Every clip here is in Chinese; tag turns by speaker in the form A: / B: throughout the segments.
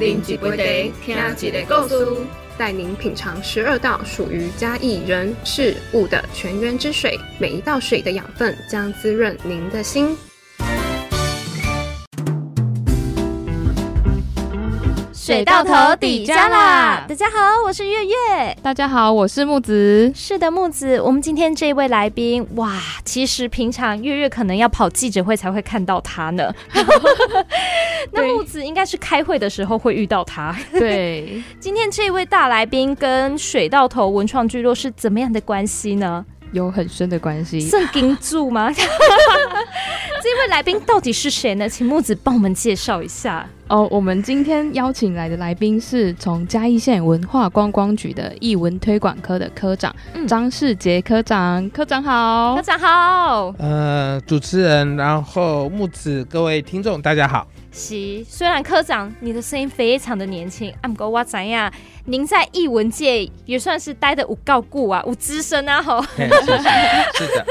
A: 饮一杯茶，听一个故事。
B: 带您品尝十二道属于嘉义人事物的泉源之水，每一道水的养分将滋润您的心。
C: 水到头底家啦！
D: 大家好，我是月月。
C: 大家好，我是木子。
D: 是的，木子，我们今天这位来宾，哇，其实平常月月可能要跑记者会才会看到 他呢。那木子应该是开会的时候会遇到他。
C: 对，
D: 今天这位大来宾跟水到头文创聚落是怎么样的关系呢？
C: 有很深的关系。
D: 圣金 柱吗？这位来宾到底是谁呢？请木子帮我们介绍一下。
C: 哦，我们今天邀请来的来宾是从嘉义县文化观光局的艺文推广科的科长、
D: 嗯
C: 张世杰科长，科长好
D: 科。长好，
E: 呃，主持人，然后木子，各位听众，大家好。
D: 是，虽然科长你的声音非常的年轻，啊，不过我怎样，您在艺文界也算是待的有够固啊，有资深啊吼。
E: 嘿是是是的，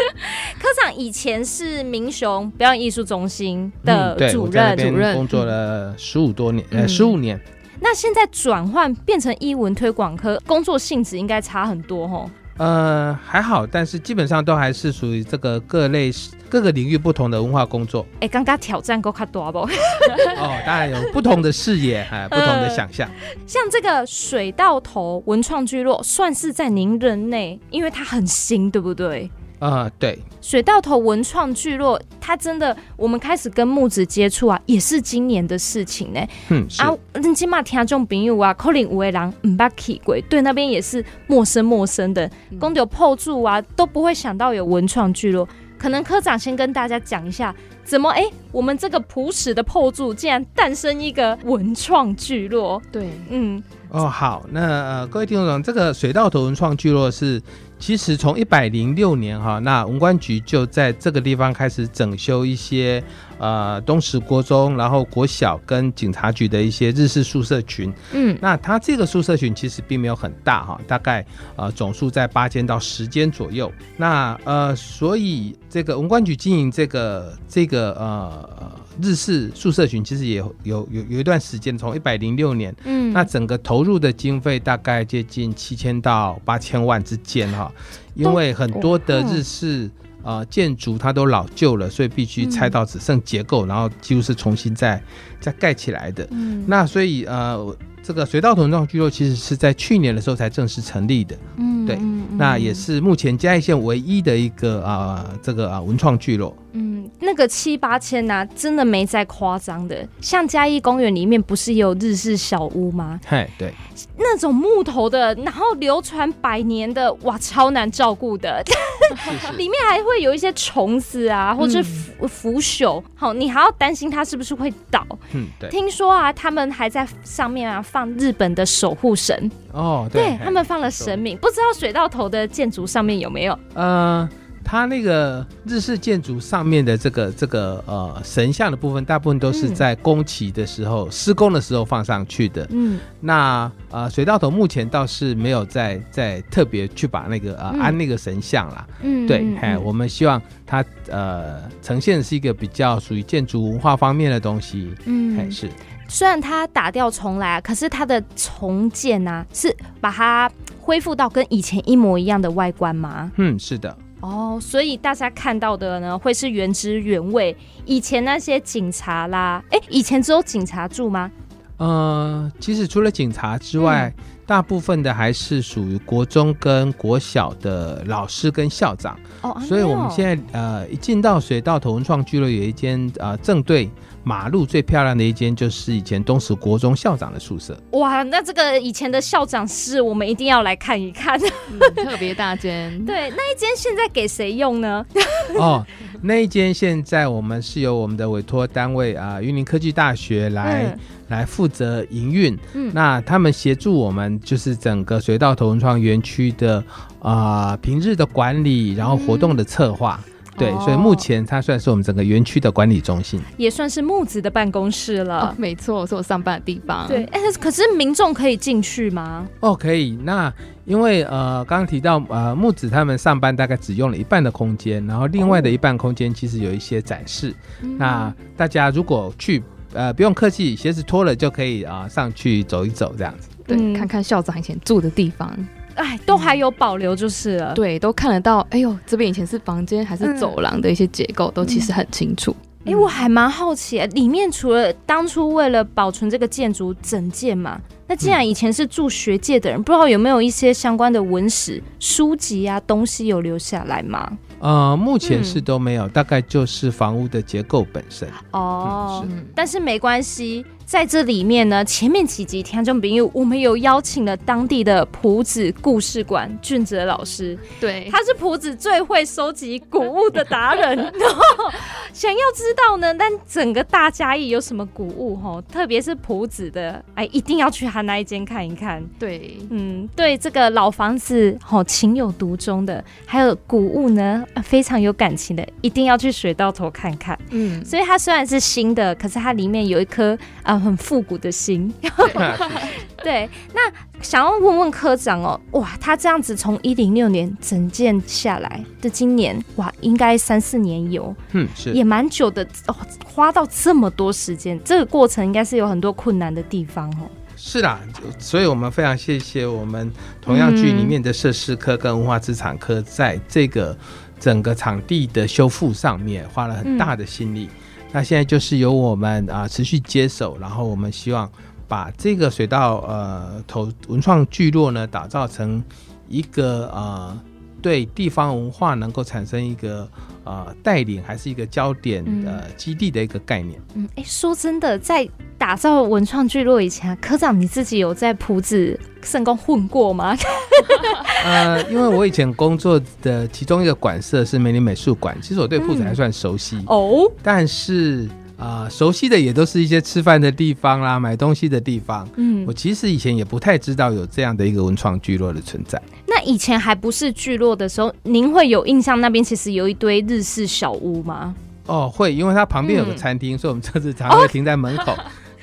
D: 科长以前是民雄表演艺术中心的
E: 嗯对
D: 主
E: 我在那
D: 任，
E: 边
C: 主任
E: 工作了十五多年，呃，
C: 嗯
E: 十五年。
D: 那现在转换变成艺文推广科，工作性质应该差很多吼。
E: 呃，还好，但是基本上都还是属于这个各类各个领域不同的文化工作
D: 哎、刚刚挑战够卡多不？
E: 哦，当然有不同的视野，哎，不同的想象。
D: 像这个水到头文创聚落，算是在您任内，因为它很新，对不对？
E: 呃，对，
D: 水稻头文创聚落，它真的，我们开始跟木子接触啊，也是今年的事情呢、
E: 嗯，是，
D: 啊，恁起码听众朋友啊，可能有的人唔捌去过，对那边也是陌生陌生的，公牛破住啊，都不会想到有文创聚落。可能科长先跟大家讲一下，怎么哎、我们这个朴实的破住竟然诞生一个文创聚落，
C: 对，
D: 嗯，
E: 哦，好，那呃，各位听众，这个水稻头文创聚落是，其实从一百零六年哈，那文管局就在这个地方开始整修一些呃东石国中，然后国小跟警察局的一些日式宿舍群。
D: 嗯，
E: 那它这个宿舍群其实并没有很大哈，大概呃总数在八间到十间左右。那呃，所以这个文管局经营这个这个呃日式宿舍群，其实也有有有有一段时间，从一百零六年。
D: 嗯，
E: 那整个投入的经费大概接近七千到八千万之间哈，因为很多的日式
D: 哦
E: 呃建筑它都老旧了，所以必须
D: 嗯
E: 拆到只剩结构，然后几乎是重新再再盖起来的。
D: 嗯
E: 那所以呃，这个水稻同状聚落其实是在去年的时候才正式成立的，
D: 嗯
E: 对
D: 嗯嗯
E: 那也是目前嘉义县唯一的一个啊、呃这个啊、文创聚落。
D: 嗯，那个七八千呐、真的没在夸张的。像嘉义公园里面不是也有日式小屋吗？
E: 嗨，对，
D: 那种木头的，然后流传百年的，哇，超难照顾 的。
E: 是是
D: 里面还会有一些虫子啊，或者
C: 嗯
D: 腐腐朽，好，你还要担心它是不是会倒。
E: 嗯，对，
D: 听说啊，他们还在上面啊放日本的守护神，
E: 哦，
D: 对
E: 嗨
D: 他们放了神明，不知道水稻头的建筑上面有没有？
E: 呃，它那个日式建筑上面的这个这个呃神像的部分，大部分都是
D: 嗯
E: 在工期的时候、施工的时候放上去的。
D: 嗯，
E: 那呃，水稻头目前倒是没有再再特别去把那个呃、
D: 嗯
E: 安那个神像啦。
D: 嗯
E: 对
D: 嗯，
E: 哎、
D: 嗯
E: 我们希望它呃呈现的是一个比较属于建筑文化方面的东西。
D: 嗯
E: 哎、是
D: 虽然它打掉重来啊，可是它的重建啊，是把它恢复到跟以前一模一样的外观吗？
E: 嗯是的，
D: 哦，所以大家看到的呢，会是原汁原味。以前那些警察啦，哎、以前只有警察住吗？
E: 呃，其实除了警察之外，
D: 嗯
E: 大部分的还是属于国中跟国小的老师跟校长。
D: 哦，啊
E: 所以我
D: 没
E: 们
D: 有
E: 现在呃一进到水稻头文创俱乐有一间呃正对马路最漂亮的一间，就是以前东石国中校长的 宿舍。
D: 哇，那这个以前的校长室，我们一定要来看一 看。
C: 嗯特别大间。
D: 对，那一间现在给谁用呢？
E: 哦，那一间现在我们是由我们的委托单位啊、云林科技大学来、
D: 嗯
E: 来负责营运。
D: 嗯
E: 那他们协助我们就是整个水稻头文创园区的啊、平日的管理，然后活动的策划。对，
D: 哦
E: 所以目前它算是我们整个园区的管理中心。
D: 也算是木子的办公室
C: 哦
D: 了。，
C: 没错，是我上班的地方。
D: 对，，哎、可是民众可以进去吗？
E: 哦，可以。那因为呃，刚刚提到呃，木子他们上班大概只用了一半的空
D: 哦嗯
E: 间，然后另外的一半空间其实有一些展示。那大家如果去呃不用客气，鞋子脱了就可以啊、上去走一走这样子。
C: 对，
D: 嗯
C: 看看校长以前住的地方，
D: 哎，都还有保留就是了。
C: 对，都看得到。哎呦，这边以前是房间还是
D: 嗯
C: 走廊的一些结构，都其实很清楚。嗯
D: 哎、我还蛮好奇，呃里面除了当初为了保存这个建筑整建嘛，那既然以前是住学界的人，不知道有没有一些相关的文史书籍啊东西有留下来吗？
E: 呃，目前是
D: 嗯
E: 都没有，大概就是房屋的结构本身。
D: 哦，
C: 嗯，
D: 但是没关系，在这里面呢，前面几集听众朋友，我们有邀请了当地的埔子故事馆俊哲老师，
C: 对，
D: 他是埔子最会收集古物的达人。然后想要知道呢，但整个大嘉义有什么古物吼，特别是埔子的，哎，一定要去他那一间看一看。
C: 对，
D: 嗯，对这个老房子吼情有独钟的，还有古物呢呃非常有感情的，一定要去水稻头看看。
C: 嗯，
D: 所以它虽然是新的，可是它里面有一颗啊、呃很复古的心。 对，那想要问问科长哦，哇，他这样子从一零六年整建下来的今年，哇，应该三四年有，
E: 嗯，是。
D: 也蛮久的哦，花到这么多时间，这个过程应该是有很多困难的地方哦。
E: 是啦，所以我们非常谢谢我们同样剧里面的设施科跟文化资产科，在这个整个场地的修复上面花了很大的心力。那现在就是由我们啊、持续接手，然后我们希望把这个水稻呃头文创聚落呢，打造成一个呃对地方文化能够产生一个呃带领，还是一个焦点呃基地的一个概念。
D: 嗯，哎，说真的，在打造文创聚落以前啊，科长你自己有在埔子圣宫混过 吗？
E: 呃，因为我以前工作的其中一个馆舍是梅林美术馆，其实我对铺子还算熟悉，
D: 哦，
E: 但是啊、呃熟悉的也都是一些吃饭的地方啦、买东西的地方。
D: 嗯
E: 我，其实以前也不太知道有这样的一个文创聚落的存在。
D: 那以前还不是聚落的时候，您会有印象那边其实有一堆日式小屋吗？
E: 哦，会，因为它旁边有个
C: 嗯
E: 餐厅，所以我们车子常常会停在门口。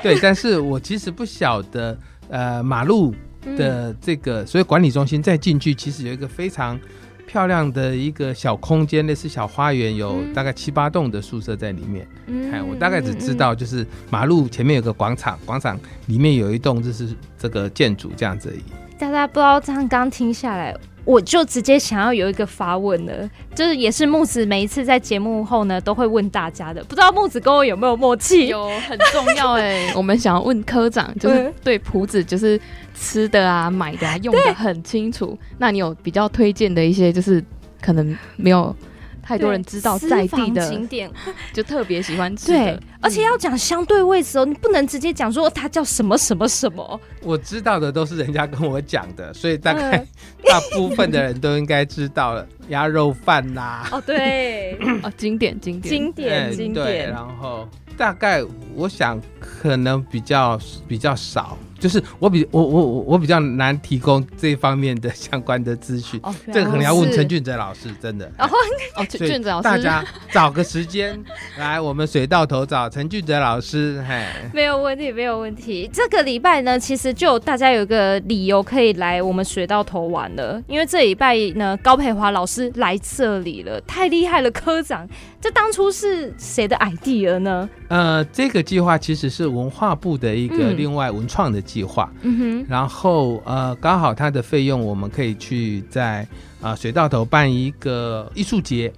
E: 对，但是我其实不晓得，呃，马路
D: 嗯
E: 的这个，所以管理中心再进去，其实有一个非常漂亮的一个小空间，类似小花园，有
D: 嗯
E: 大概七八栋的宿舍在里面。
D: 嗯
E: 哎，我大概只知道就是马路前面有个广场，广场里面有一栋就是这个建筑这样子而已。
D: 大家不知道这样刚听下来，我就直接想要有一个发问了，就是也是木子每一次在节目后呢都会问大家的，不知道木子跟我有 没有默 契？
C: 有很重要哎、我们想要问科长，就是
D: 欸嗯
C: 对谱子，就是吃的啊、买的啊、用的很清楚。那你有比较推荐的一些，就是可能没有太
D: 太
C: 多人知道在地
D: 景
C: 的，
D: 点，
C: 就特别喜欢吃的嗯
D: 对，而且要讲相对位置哦，你不能直接讲说它叫什么什么什么，
E: 我知道的都是人家跟我讲的，所以大概
D: 嗯
E: 大部分的人都应该知道了，鸭肉饭啊啦、
D: 哦，对，
C: 哦，经典经典。
D: 经典
E: 嗯
D: 经
E: 对，
D: 典，
E: 然后大概我想可能比较比较少，就是我比我我我我比较难提供这方面的相关的资讯。
D: 哦，
E: 这个可能要问
C: 是
E: 陈俊哲老师，真的。
D: 哦
C: 哦，
E: 所以
C: 卷卷子老师，
E: 大家找个时间来，我们水到头找陈俊哲老师，嘿，
D: 没有问题，没有问题。这个礼拜呢，其实就有大家有一个理由可以来我们水到头玩了，因为这礼拜呢，高培华老师来这里了，太厉害了，科长！这当初是谁的 idea 呢？
E: 呃，这个计划其实是文化部的一个
D: 嗯
E: 另外文创的计划，
D: 嗯
E: 然后呃，刚好它的费用我们可以去在啊、呃水道头办一个艺术节。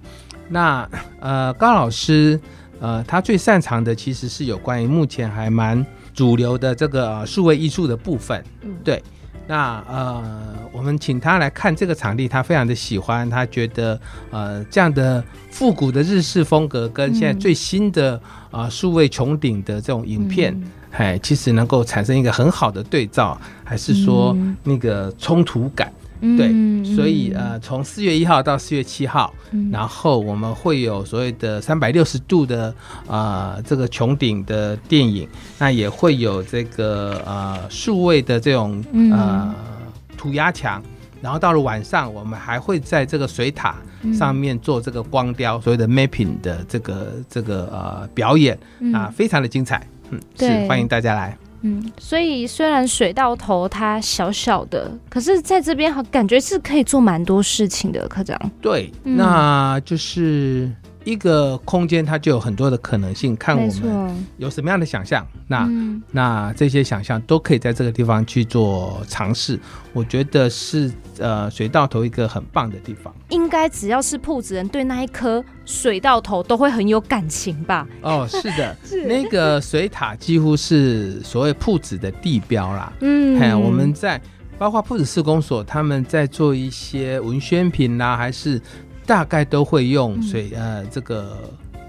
E: 那呃，高老师呃，他最擅长的其实是有关于目前还蛮主流的这个、呃数位艺术的部分。
C: 嗯
E: 对。那呃，我们请他来看这个场地，他非常的喜欢，他觉得呃这样的复古的日式风格跟现在
C: 嗯
E: 最新的啊数、位穹顶的这种影片，
C: 嗯
E: 哎，其实能够产生一个很好的对照，还是说
D: 嗯
E: 那个冲突感。
D: 哼
E: 对
D: 嗯
E: 所以呃，从四月一号到四月七号，
D: 嗯
E: 然后我们会有所谓的三百六十度的呃这个穹顶的电影，那也会有这个呃数位的这种
D: 嗯
E: 呃涂鸦墙。然后到了晚上，我们还会在这个水塔
D: 嗯
E: 上面做这个光雕，所谓的 mapping 的这个这个呃表演啊，非常的精彩，嗯，是
D: 嗯对
E: 欢迎大家来。
D: 嗯，所以虽然水到头它小小的，可是在这边好感觉是可以做蛮多事情的，科长。
E: 对，
D: 嗯
E: 那就是一个空间它就有很多的可能性，看
D: 没
E: 我
D: 错
E: 们，啊有什么样的想象。那、
D: 嗯，
E: 那这些想象都可以在这个地方去做尝试，我觉得是呃水到头一个很棒的地方。
D: 应该只要是铺子人，对那一颗水到头都会很有感情吧？
E: 哦，是 的，那个水塔几乎是所谓铺子的地标啦。
D: 嗯
E: 哎、我们在包括铺子市公所，他们在做一些文宣品啦、还是大概都会用水、呃这个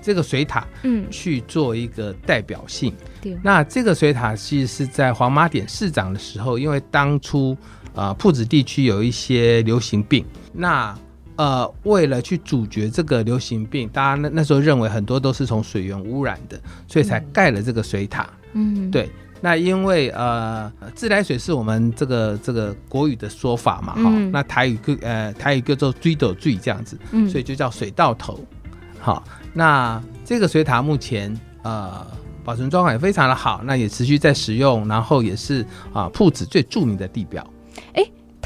E: 这个水塔
D: 嗯
E: 去做一个代表性。
D: 对
E: 那这个水塔其实是在黄马点市长的时候，因为当初啊铺子地区有一些流行病，那呃为了去阻绝这个流行病，大家那那时候认为很多都是从水源污染的，所以才盖了这个水塔。
D: 嗯
E: 对那因为呃，自来水是我们这个这个国语的说法嘛，哈、
D: 嗯
E: 那台语叫呃台语叫做追斗追这样子，
D: 嗯
E: 所以就叫水到头。好，那这个水塔目前呃保存状况也非常的好，那也持续在使用，然后也是啊铺子最著名的地标。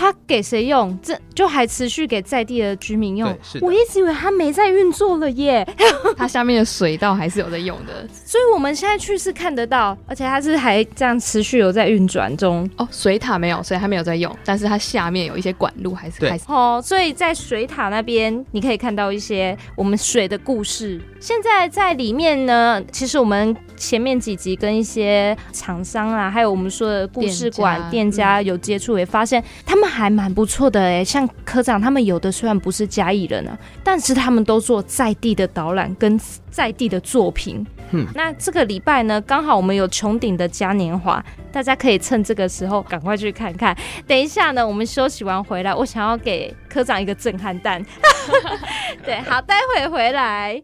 D: 他给谁用？这就还持续给在地的居民用
E: 对。是的
D: 我一直以为他没在运作了耶，
C: 它下面的水道还是有在用的
D: 所以我们现在去是看得到，而且它是还这样持续有在运转中
C: 哦。水塔没有，所以它没有在用，但是它下面有一些管路还是
E: 对
C: 还是
D: 哦。所以在水塔那边，你可以看到一些我们水的故事。现在在里面呢，其实我们前面几集跟一些厂商啊，还有我们说的故事馆
C: 店
D: 店
C: 家
D: 家有接触，也发现他们还蛮不错的哎、像科长他们有的虽然不是嘉义人啊，但是他们都做在地的导览跟在地的作品。
E: 嗯
D: 那这个礼拜呢，刚好我们有穹顶的嘉年华，大家可以趁这个时候赶快去看看。 等一下呢，我们休息完 回来，我想要给科长一个震撼弹。对，好，待会回来。